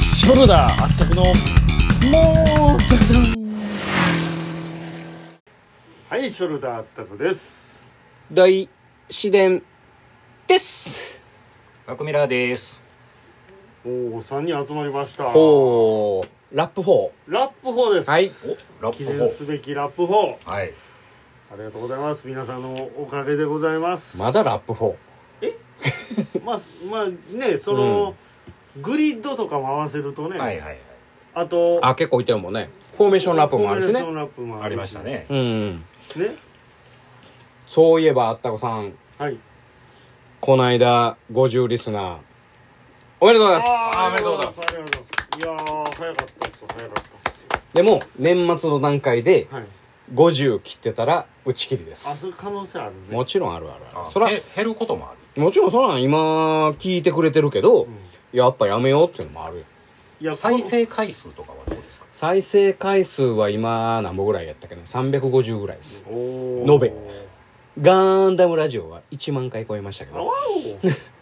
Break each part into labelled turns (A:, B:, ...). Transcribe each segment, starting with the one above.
A: ショルダーあったくのもうザザンはいショルダーあったくです
B: 大自然です
C: マクミラーです。
A: おお三人集まりました
B: ほうラップ4
A: ラップ4です
B: はい
C: お、ラ
A: 記
C: ップ
A: 念
C: 4
A: すべきラップ4
C: はい。
A: ありがとうございます皆さんのおかげでございます
B: まだラップ4
A: まあまあねその、グリッドとかも合わせるとね、
C: はいはいはい。
A: あと
B: あ結構いたよもんねフォーメーションラップもあるし
A: フォーメー
B: ね
A: ションラップも
C: あ
A: る
C: りましたね。
B: うん
A: ね
B: そういえばあったこさん
A: はい
B: こないだ50リスナーおめでとうございま
A: あ
C: ーおめでとうございます
A: ありがとうございますいやー早かったっす早かったっす
B: すでも年末の段階で
A: はい
B: 50切ってたら打ち切りで
A: あ
B: す
A: そういう可能性あるね
B: もちろんあるあるあ
C: あ
B: るそら
C: へ減ることもある。
B: もちろんそら今聞いてくれてるけど、やっぱやめようっていうのもあるよ
A: いや
C: 再生回数とかはどうですか
B: 再生回数は今何本ぐらいやったっけな350ぐらいです
A: こお
B: 延べガンダムラジオは1万回超えましたけ
A: あ
B: ど
A: わ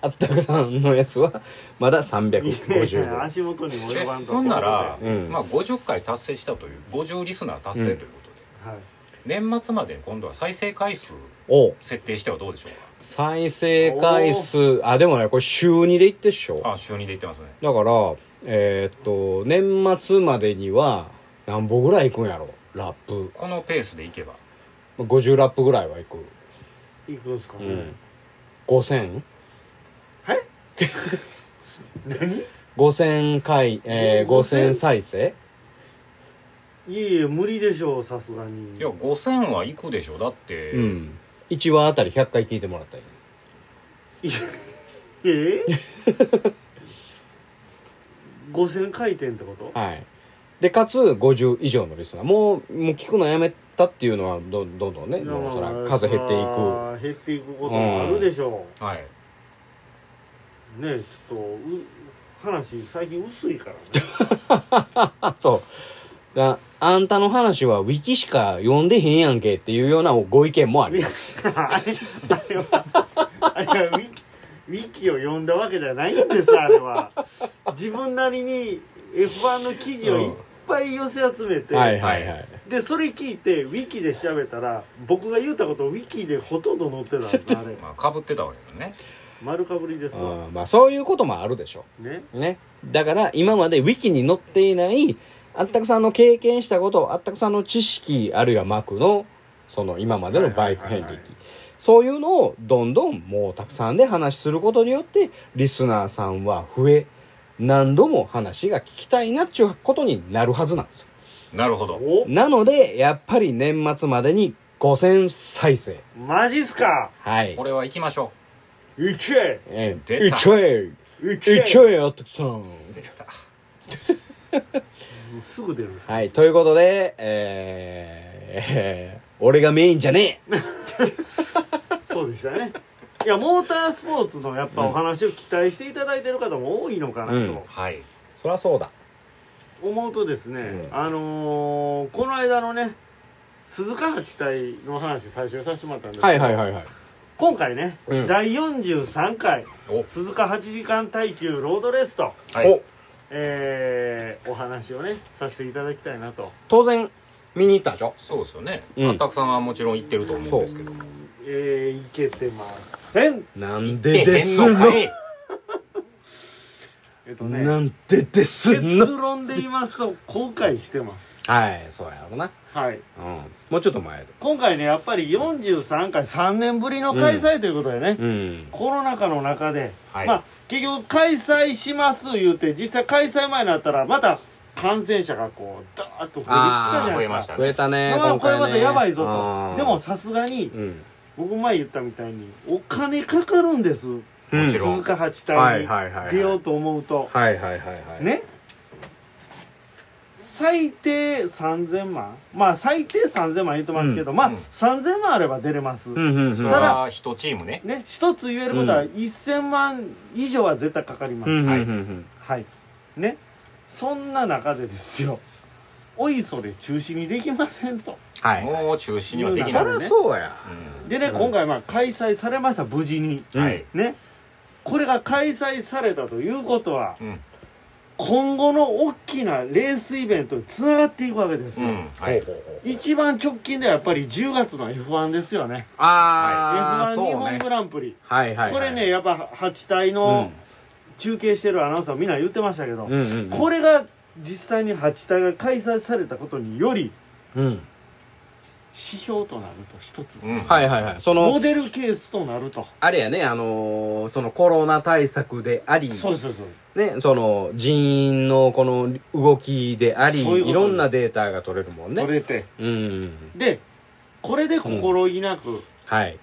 B: あったくさんのやつはまだ
A: おいや
B: 350
A: い
B: ぐ
A: や
B: らい
A: 足元にも及
C: え
A: ばんと
C: ほんなら、
B: うん
C: まあ50回達成したという、50リスナー達成ということで、
A: はい
C: 年末までに今度は再生回数
B: おう
C: 設定してはどうでしょう
B: 再生回数あでもねこれ週2でいってっしょ
C: かあ、週2で言ってますね。
B: だからえーっと年末までには何本ぐらいいくんやろラップ
C: このペースでいけば。
B: 50ラップぐらいはいく
A: いくんすか
B: う
A: ね、
B: ん 5000?
A: 何
B: 5000回、えー、5000再生
A: いやいや無理でしょうさすがに
C: いや、5000はいくでしょだって、
B: うん1話あたり100回聞いてもらったり
A: いやえ五5000回転ってこと
B: はいでかつ50以上のリスナーもうもう聞くのやめたっていうのはどんどんどんね
A: いや
B: もうそ
A: まあ
B: ら数減ってい
A: そ
B: く
A: ら減っていくこともあるでしょ
C: はい。
A: う、ねちょっとう話最近薄いからね
B: あそうだあんたの話はウィキしか読んでへんやんけっていうようなご意見もあ
A: い
B: り
A: や
B: ます
A: あれあれはあれはウィキウィキを読んだわけじゃないんですあれは自分なりに F1 の記事をいっぱい寄せ集めて、
B: はいはいはい
A: でそれ聞いてウィキで調べたら僕が言うたことをウィキでほとんど載ってたんです あれ
C: まあ、被ってたわけですね。
A: 丸かぶりですわ
B: うんまあそういうこともあるでしょ
A: ね
B: ねだから今までウィキに載っていないあったくさんの経験したことあったくさんの知識あるいはマクのその今までのバイク遍
A: はいはいはい
B: 歴
A: はい
B: そういうのをどんどんもうたくさんで話することによってリスナーさんは増え何度も話が聞きたいなっちゅうことになるはずなんですよ
C: なるほど。
A: お
B: なのでやっぱり年末までに5000再生
A: マジっすか
B: はい
C: これは行きましょ
A: いけ
B: えー
C: 出
B: い
C: た
B: っちょい
A: い
B: いっちょいあったくさん
C: う。出た。
A: もうすぐ出るんです
B: はい、ということで、えー、えー 俺がメインじゃねえ
A: そうでしたねいやモータースポーツのやっぱお話を期待していただいてる方も多いのかな
B: うん
C: はい。
B: そりゃそうだ。
A: と思うとですね、
B: うん
A: あのーこの間のね鈴鹿八隊の話最初にさせてもらったんですけど、
B: はいはいはいはい。
A: 今回ね、
B: うん
A: 第43回
C: お、
A: 鈴鹿8時間耐久ロードレースと、
C: はい、
B: お
A: えーお話をねさせていただきたいなと、
B: 当然、見に行ったんでしょ
C: そうですよね。
B: うん
C: あったくさんはもちろん行ってると思うんですけど。
A: えー、いけてません
B: なん
C: へんのかい
A: えっとね
B: なんでです
A: 結
B: の
A: 論で言いますと後悔してます
B: はい、そうやろな。
A: はい
B: うん。もうちょっと前で。
A: 今回ねやっぱり43回3年ぶりの開催ということでね、
B: うん。
A: コロナ禍の中で、
C: はい
A: まあ結局開催します言うて実際開催前になったらまた感染者がこうダーッと増えてきたじゃ
C: あ
A: ないで
C: ー増え
A: す
C: ま
A: か
C: した
B: 増え
C: ね。
B: たね、
A: まあ
B: 今
A: これ
B: 回
A: ま
B: ね。
A: たやばいぞ
B: あ
A: と
B: ー
A: でも、さすがに
B: うん。
A: 僕前言ったみたいにお金かかるんです
C: もちろん
A: 鈴鹿八
B: は
A: 隊
B: い
A: に
B: はいはいはい
A: 出ようと思うと
B: はいはいはいはい。。
A: ね最低3000万まあ最低3000万言ってますけど、まあ
C: うん
A: 3000万あれば出れます、
B: うんうんうん。
C: た
A: ただ
C: だ、一チームね。
A: ね一つ言えることは
B: うん
A: 1000万以上は絶対かかります、
B: うんうんう
C: はい
B: んうん。
A: はいねそんな中でですよおいそれ中止にできませんと
B: はいはい。
C: もう中止にはで
B: そ
C: き
B: り
C: ない。
A: うん
B: ゃそうや。
C: う
A: でね、今回まあ開催されました無事に
C: んはい。
A: ねこれが開催されたということは
C: うん。
A: 今後の大きなレースイベントにつながっていくわけです
C: う
A: よ、
C: んはい
B: ほうほうほう
A: 一番直近ではやっぱり10月の F1 ですよね
B: あ
A: F1
B: あ、
A: 日
B: そう
A: 本
B: ね
A: グランプリ、
B: はいはいはい
A: これねやっぱ8体の中継してるアナウンサーみんな言ってましたけど、
B: うんうんうん
A: これが実際に8体が開催されたことにより
B: うん
A: 指標となると一つ、
C: うん
B: はいはいはいそ
A: モ
B: の
A: デルケースとなると
B: あれやねあのーそのコロナ対策であり
A: そうですそうですそうです
B: ねその人員のこの動きであり
A: そういうことです
B: いろんなデータが取れるもんね
A: 取れて
B: うん
A: でこれで心意なく
B: はい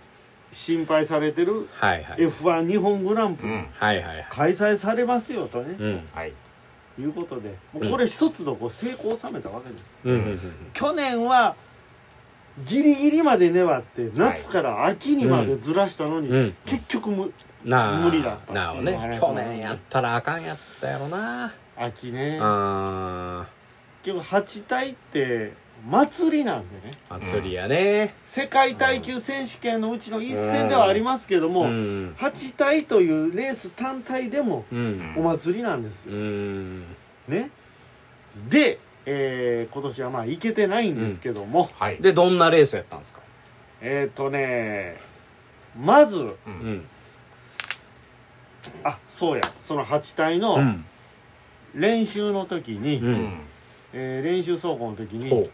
A: 心配されてる
B: はいはい
A: F1 日本グランプ
C: う
A: リ、
C: ん
B: はいはいはい
A: 開催されますよとね、
B: うん
C: はい
A: いうことでも
B: う
A: うんこれ一つのこう成功を収めたわけです、
B: うんうん
A: 去年はギリギリまで粘って夏から秋にまでずらしたのに、
B: うんうん
A: 結局む
B: なあ
A: 無理だった
B: なあ
A: っていう
B: ね
A: 話
B: 去年やったらあかんやったやろな
A: 秋ね
B: あ
A: 結局八体って祭りなんでね
B: ー祭りやね
A: 世界耐久選手権のうちの一戦ではありますけども、
B: うん
A: 八体というレース単体でも
B: うん
A: お祭りなんです
B: う
A: よ、
B: ん
A: ねで、えー今年はまあ行けてないんですけども、
C: はい
B: でどんなレースやったんですか
A: えっ、ー、とねまず
C: う
B: うんん
A: あそうやその8体
B: う
A: の
B: ん
A: 練習の時に、
B: う
C: うんん
A: えー練習走行の時
B: ほう
A: に、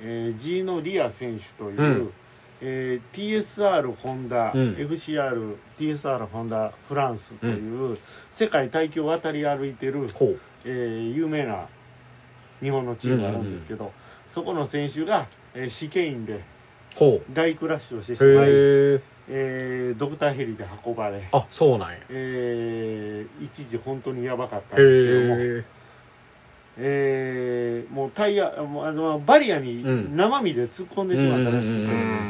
A: えー、G のリア選手という、
B: うん
A: えー TSR ホンダ、
B: うん
A: FCRTSR ホンダフランスという、世界耐久を渡り歩いてる、
B: ほう
A: えー有名な日本のチームがあるんですけど、そこの選手が、えー試験員で
B: ほ
A: 大クラッシュをしてし
B: う
A: まい、
B: へえ
A: えードクターヘリで運ばれ、
B: あそうなんや
A: えー一時本当にやばかったんですけども。
B: へえ
A: えーもうタイヤもうあのバリアに
B: うん
A: 生身で突っ込んでしまったらしくて、
B: うんうん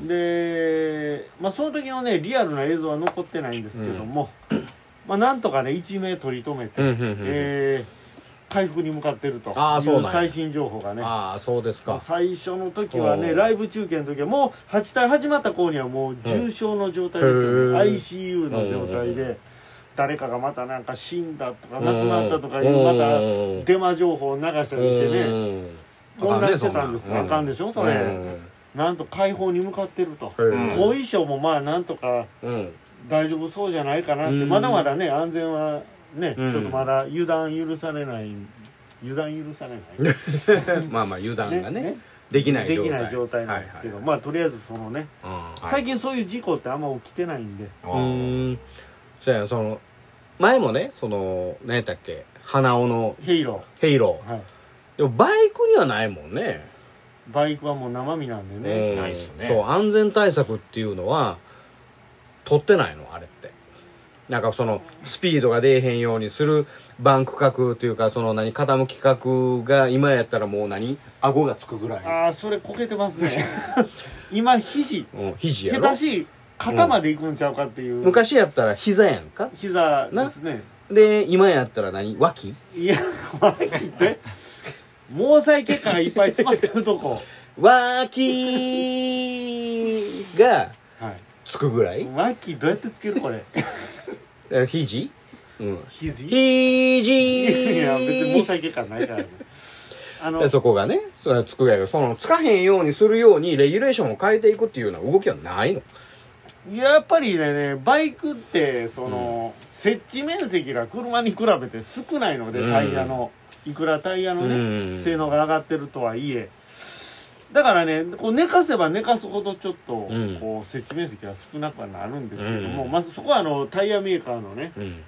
C: うん
A: で、まあ、その時のねリアルな映像は残ってないんですけども、まあ、なんとかね一命取り留めて、
B: うんうんうん
A: えー回復に向かってるとい
B: あーそうなん
A: う
B: や
A: 最新情報がね
B: ああそうですか
A: 最初の時はね
B: おー
A: ライブ中継の時はもう8体始まった頃にはもう重症の状態ですよ
B: うん
A: ね
B: へー
A: ICU の状態で誰かがまたなんか死んだとか亡くなったとかいううんまたデマ情報を流したりしてね
B: うん
A: 混乱してたんですよ
B: あ
A: あかんでしょそれなんと解放に向かってると
B: うん
A: 後遺症もまあなんとか
B: うん
A: 大丈夫そうじゃないかなって
B: うん
A: まだまだね安全はねち
B: う
A: ょ
B: ん
A: っとまだ油断許されない油断許されない
B: まあまあ油断が
A: ねね
B: ねできない
A: で
B: 状
A: き
B: 態
A: ない状態なんですけど
B: はい
A: まあとりあえずそのね
B: はい
C: はい
A: 最近そういう事故ってあんま起きてないんで
B: うんうんそうやその前もねその何やったっけ花尾の
A: ヘイロ
B: ヘイロ
A: ー、はい、
B: ーでもバイクにはないもんね
A: バイクはもう生身なんでね、
B: うん
C: ないっすよね
B: そう安全対策っていうのは取ってないのあれってなんかそのスピードが出えへんようにするバンク角というかその何傾き角が今やったらもう何顎がつくぐらい、
A: ああそれこけてます ね今肘
B: うん、肘や
A: 下
B: ろ
A: 手しい肩まで行くんちゃうかっていう、
B: 昔やったら膝やんか
A: 膝ですね
B: で今やったら何脇
A: いや前切って毛細血管がいっぱい詰まってるとこ
B: 脇が
A: はい
B: つくぐらい
A: 脇どうやってつけるこれ
B: え肘うん
A: 肘い
B: 肘
A: や別に毛細血管ないから、ね、あの
B: でそこがねそれはつくやけどそのつかへんようにするようにレギュレーションを変えていくっていうような動きはないの
A: やっぱりねバイクってその、設置面積が車に比べて少ないので、
B: うん
A: タイヤのいくらタイヤのね、
B: うん
A: 性能が上がってるとはいえだからねこう寝かせば寝かすほどちょっと、
B: ん
A: こう設置面積が少なくはなるんですけども、
B: うん
A: まずそこはあのタイヤメーカーのね
B: うん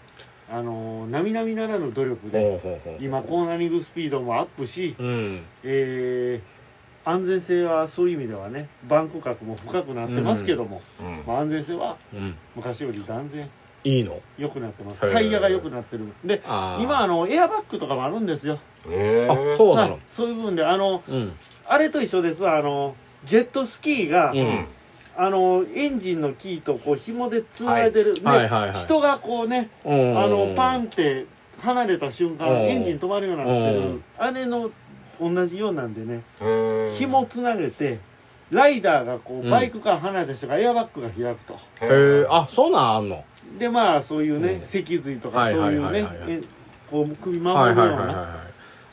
A: あの並々ならぬ努力で
B: ほうほうほう
A: 今コーナリングスピードもアップし、
B: うん
A: えー安全性はそういう意味ではねバンク角も深くなってますけども、
C: うん
A: まあ、安全性は
B: うん
A: 昔より断然
B: いいの
A: 良くなってます
B: へー
A: タイヤが良くなってるで
B: あー
A: 今あのエアバッグとかもあるんですよ
C: へ
B: あ
C: ー
B: そうなの
A: はいそういう部分であの
B: うん
A: あれと一緒ですわあのジェットスキーが、
B: うん
C: うん
A: あのエンジンのキーとこう紐でつないでる、ね
B: はいはいはい
A: 人がこうね
B: あ
A: あのパンって離れた瞬間
B: うん
A: エンジン止まるようになって
B: う
A: る
B: ん
A: あれの同じようなんでね
C: へー
A: 紐つなげてライダーがこ
B: う
A: うんバイクから離れた人がエアバッグが開くと。
B: へえあそうなんあんの
A: でまあそういうね、
B: うん
A: 脊髄とか
B: は
A: そ
B: いうはいいうはい
A: ね
B: はい
A: えこう首
B: は
A: 回
B: い
A: る
B: はい
A: よう
B: はいはい
A: な
B: はい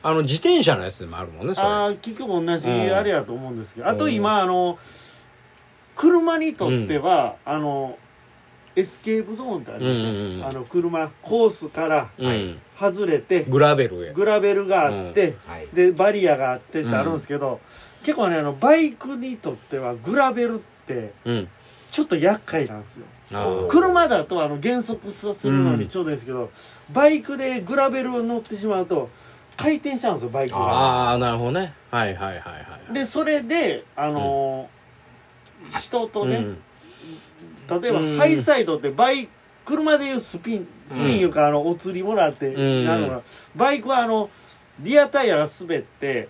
B: あの自転車のやつでもあるもんねそれ
A: ああ結局同じ
B: うん
A: あれやと思うんですけど、あ
B: う
A: と
B: ん
A: 今あの車にとっては、あのエスケープゾーンってありますよ、
B: うんうんうん
A: あの車コースから
B: うん
A: 外れて、
B: グラベルへ
A: グラベルがあって、
C: はい
A: でバリアがあってってあるんですけど、結構ねあのバイクにとってはグラベルって
B: うん
A: ちょっと厄介なんですよ
B: あー
A: 車だとあの減速させるのにちょうどいいんですけど、バイクでグラベルを乗ってしまうと回転しちゃうんですよバイクが
B: ああなるほどねはいはいはいはい
A: でそれであのー人とね、
B: うん
A: 例えば
B: うん
A: ハイサイドってバイ車でいうスピンスピンいうかあのお釣りもらって
B: うん
A: なるのがバイクはあのリアタイヤが滑って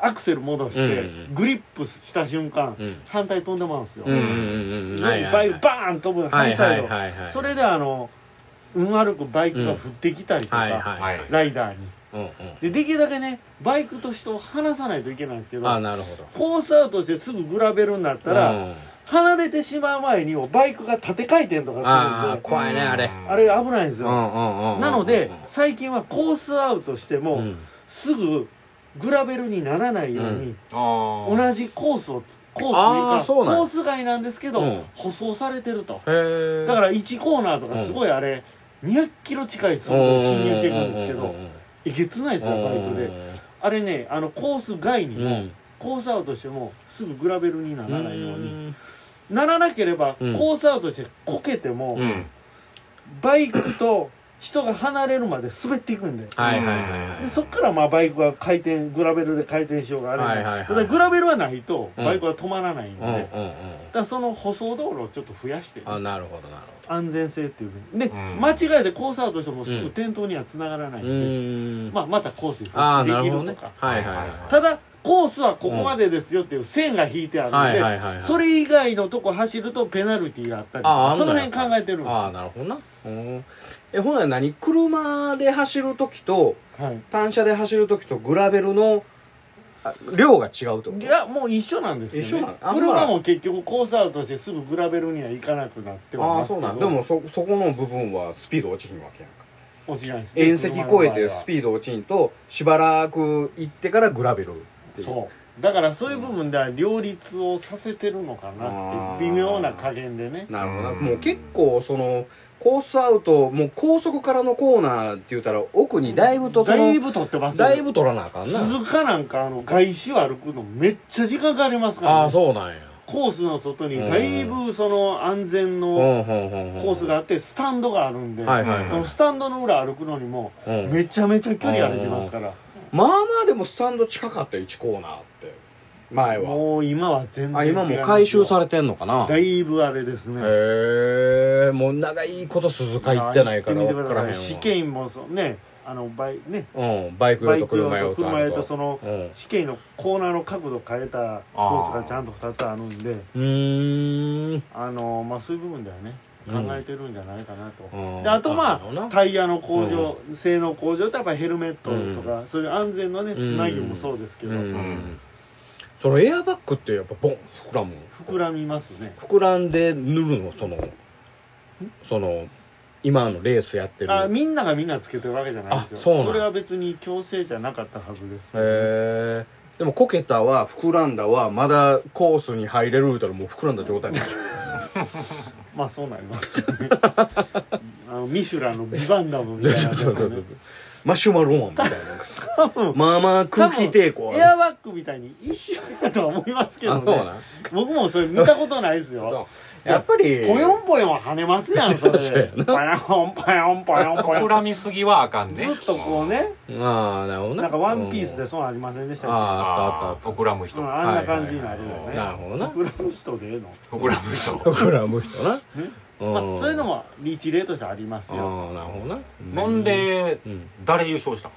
A: アクセル戻して
B: うん
A: グリップした瞬間
B: うん
A: 反対飛んでまうんですよ、
B: うんうんうんはいはい
A: バ
B: は
A: イ
B: い
A: クバーン飛ぶハ
B: は
A: イ
B: い
A: サ
B: は
A: イ
B: い
A: ド
B: はいはい
A: それであの運悪くバイクが降ってきたりと
B: はいはい
A: か
B: はい
C: はい
A: ライダーに
B: うんうん
A: でできるだけねバイクと人を離さないといけないんですけど
B: ああなるほど
A: コースアウトしてすぐグラベルになったら、
B: うん
A: 離れてしまう前にもバイクが縦回転とかす
B: あ
A: る
B: あ
A: んで
B: 怖いねあれ
A: あれ危ないんです
B: う
A: よ、
B: んうんうんうん
A: なので最近はコースアウトしても、
B: うん
A: すぐグラベルにならないように、
C: ああ
A: 同じコースをつコース
B: あー
A: とい
B: そう
A: か
B: うなんや
A: コース外なんですけど、
B: うん
A: 舗装されてると
B: へえ
A: だから1コーナーとかすごいあれ、200キロ近い速度で侵入していくんですけ
B: う
A: ど
B: ううん
A: えげつないですよバイクであれねあのコース外に
B: うんう
A: も、
B: ん
A: コースアウトしてもすぐグラベルにな
B: う
A: ら
B: ん
A: ないようにならなければ、
B: うん
A: コースアウトしてこけても、
C: うん
A: バイクと人が離れるまで滑っていくんで,、
B: はいはいはいはい
A: でそっからまあバイクは回転グラベルで回転しようがあれば、
B: はいはいはい
A: ただグラベルはないと
B: うん
A: バイクは止まらないんで、
B: うんうんうん
A: だからその舗装道路をちょっと増やして
B: あなるほどなる
A: 安全性っていうふうにで、
C: うん
A: 間違えてコースアウトしてもすぐ転倒にはつながらな
B: ほ
A: いん
B: どう
A: で、
B: ーん
A: まあ、またコースに
B: ああ
A: 復帰
B: な
A: でき
B: る
A: る
B: ほど
A: と
B: ね
A: か、
B: はいはいはい
A: ただコースはここまでですよっていう線が引いてあるんで、
B: はいはいはいはい
A: それ以外のとこ走るとペナルティーがあったりと
B: あ
A: か
B: あ
A: そ
B: る
A: の
B: の
A: 辺
B: よ
A: 考えてるんですよ
B: ああなるほどなうんえほな何車で走る時と
A: はい
B: 単車で走る時とグラベルのあ量が違うってこと
A: いやもう一緒なんですけど、ね、
B: 一緒なのあんま
A: 車も結局コースアウトしてすぐグラベルには行かなくなっては
B: あ
A: ま
B: あ
A: すけ
B: そう
A: ど
B: なんでもそそこの部分はスピード落ちひんわけやんか
A: 落ちないです
B: 縁石越えてス
A: ー
B: ピード落ちんとしばらく行ってからグラベルっていう
A: そうだからそういう部分では両立をさせてるのかなって微妙な加減でね
B: なるほどな
C: うん
B: もう結構そのコースアウトもう高速からのコーナーって言ったら奥にだいぶとその
A: だいぶ取ってますよ
B: だいぶ取らなあかんな
A: 鈴鹿なんかあの外周歩くのめっちゃ時間かかりますからね、
B: ああそうなんや
A: コースの外にだいぶその安全のコ
B: コ
A: ースがあってスタンドがあるんで、
B: はいはい
A: そ
B: はい
A: のスタンドの裏歩くのにも
B: うん
A: めちゃめちゃ距離歩きますから、
B: まあまあでもスタンド近かったよ1コーナーって前は
A: もう今は全然違いま
B: あ
A: すよ
B: 今もう回収されてんのかな
A: だいぶあれですね
B: へえもう長いこと鈴鹿行ってないから
A: 行ってみて
B: 分
A: く
B: か
A: だ
B: ら
A: さ
B: へん
A: い
B: わ
A: 試験もそうねあのバイね
B: うんバイク
A: バ
B: 用
A: イ
B: と
A: ク
B: 車
A: 用と
B: 用と
A: 車
B: ある
A: 用
B: と
A: とその
B: うん
A: 試験のコーナーの角度変えたコースがちゃんと2つあるんで
B: うーん
A: あのまあそういう部分ではね考
B: うん
A: えてるんじゃないかなと、
B: うん
A: であとま
B: なるほど
A: あ
B: な
A: タイヤの向上、性能向上とやっぱヘルメットとか、そういう安全のね
B: うん
A: つなぎもそうですけど、
B: うんそのエアバッグってやっぱボン膨らむ
A: 膨らみますね
B: 膨らんで塗るのそのその今のレースやってる
A: あみんながみんなつけてるわけじゃないんですよ
B: あそうなん
A: れは別に強制じゃなかったはずですけどね
B: へえでもこけたは膨らんだはまだコースに入れる言うたらもう膨らんだ状態でしょ
A: まあそうなりますよねあのミシュランのビバンダムみたいなやつ
B: そうそうそ
A: ね
B: うマシュマロマン みたいなまあまあ 空気抵抗ある
A: エアバッグみたいに一緒だとは思いますけど
B: あそう
A: ね
B: なん
A: 僕もそれ見たことないですよ
B: そうやっぱり
A: ぽよんぽよん跳ねますやんそ
B: そう
A: れ
B: やな
A: ぽよんぽよんぽよんぽよ
C: 膨
A: ん
C: らみすぎはあかんね
A: ずっとこうね
B: ああなるほど
A: なんかワンピースでそうありませんでし
B: あ
A: たっ
B: ああったあ
C: あ
B: っ
C: あ膨らむ
A: け
C: 人
A: うんあんな感じになるよ
C: はい
A: ね
B: なるほどな
A: 膨らむ人でええの
C: 膨らむ人
B: た膨らむ人な
A: まあそういうの
B: も
A: も一例としてあります
B: ああ
A: よ
B: なるほどな
C: なんで
B: うん
C: 誰優勝したの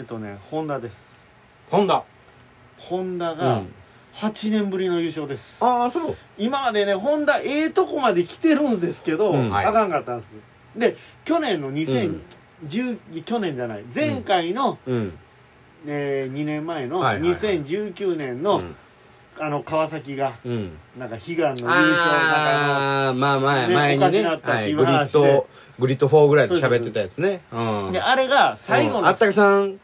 A: えっとねホンダです
C: ホンダ
A: ホンダ
B: う
A: が
B: ん
A: 8年ぶりの優勝です
B: ああそう
A: 今までねホンダええとこまで来てるんですけど、
B: うん
C: はい
A: あかんかったんですで去年の2010、去年じゃない前回の、
B: うん
A: え2年前の
B: はいはいはい
A: 2019年の、
B: うん
A: あの川崎が
B: うん
A: なんか悲願の優勝なんかあの
B: ああまあ前
A: ね
B: 前に
A: おかし
B: ね、
A: なったっ
B: は
A: てい
B: い、
A: う
B: グリッ
A: 話で
B: ドグリッド4ぐらいで喋ってたやつねうん
A: であれが最後
B: う
A: の
B: んあ ったけさん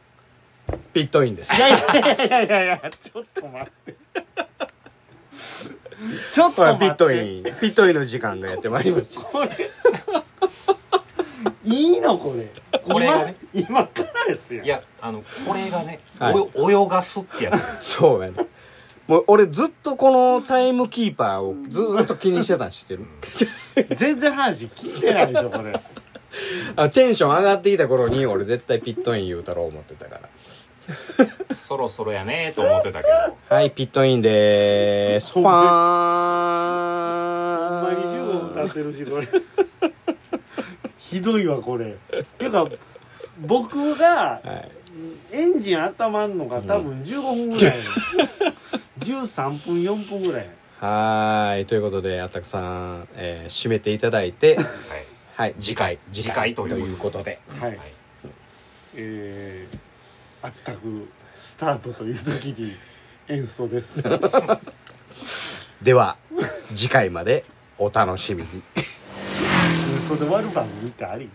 B: ピットインです
A: いやいやいやいやいやちょっと待 ってちょっと
B: これは
A: 待
B: ピ
A: っ
B: ッ
A: て
B: トインピットインの時間がやってまいりました
A: これいいのこれ
C: これがね
A: 今今からですよ
C: いやあのこれがね、
B: はい
C: およ泳がすってやつです
B: そうやねもう俺ずっとこのタイムキーパーをずーっと気にしてたん知ってる
A: 全然話聞いてないでしょこれ
B: あテンション上がってきた頃に俺絶対ピットイン言うたろう思ってたから
C: そろそろやねーと思ってたけど
B: はい、ピットインでーす。
A: ほ
B: フ
A: んまに
B: ァ
A: ほんまに15分経
B: ーン。
A: ってるしこれひどいわこれていうか僕が
B: はい
A: エンジン温まんのが多分15分ぐらい、13分4分ぐらい
B: はーい、ということで、あたくさん、えー締めていただ いて、
C: はい
B: はい、次回、
C: 次回という
B: ことで。
A: はい、
C: はい
A: えー、あったくスタートという時に演奏です
B: では、次回までお楽しみに。
A: 演奏で終わる番組ってあり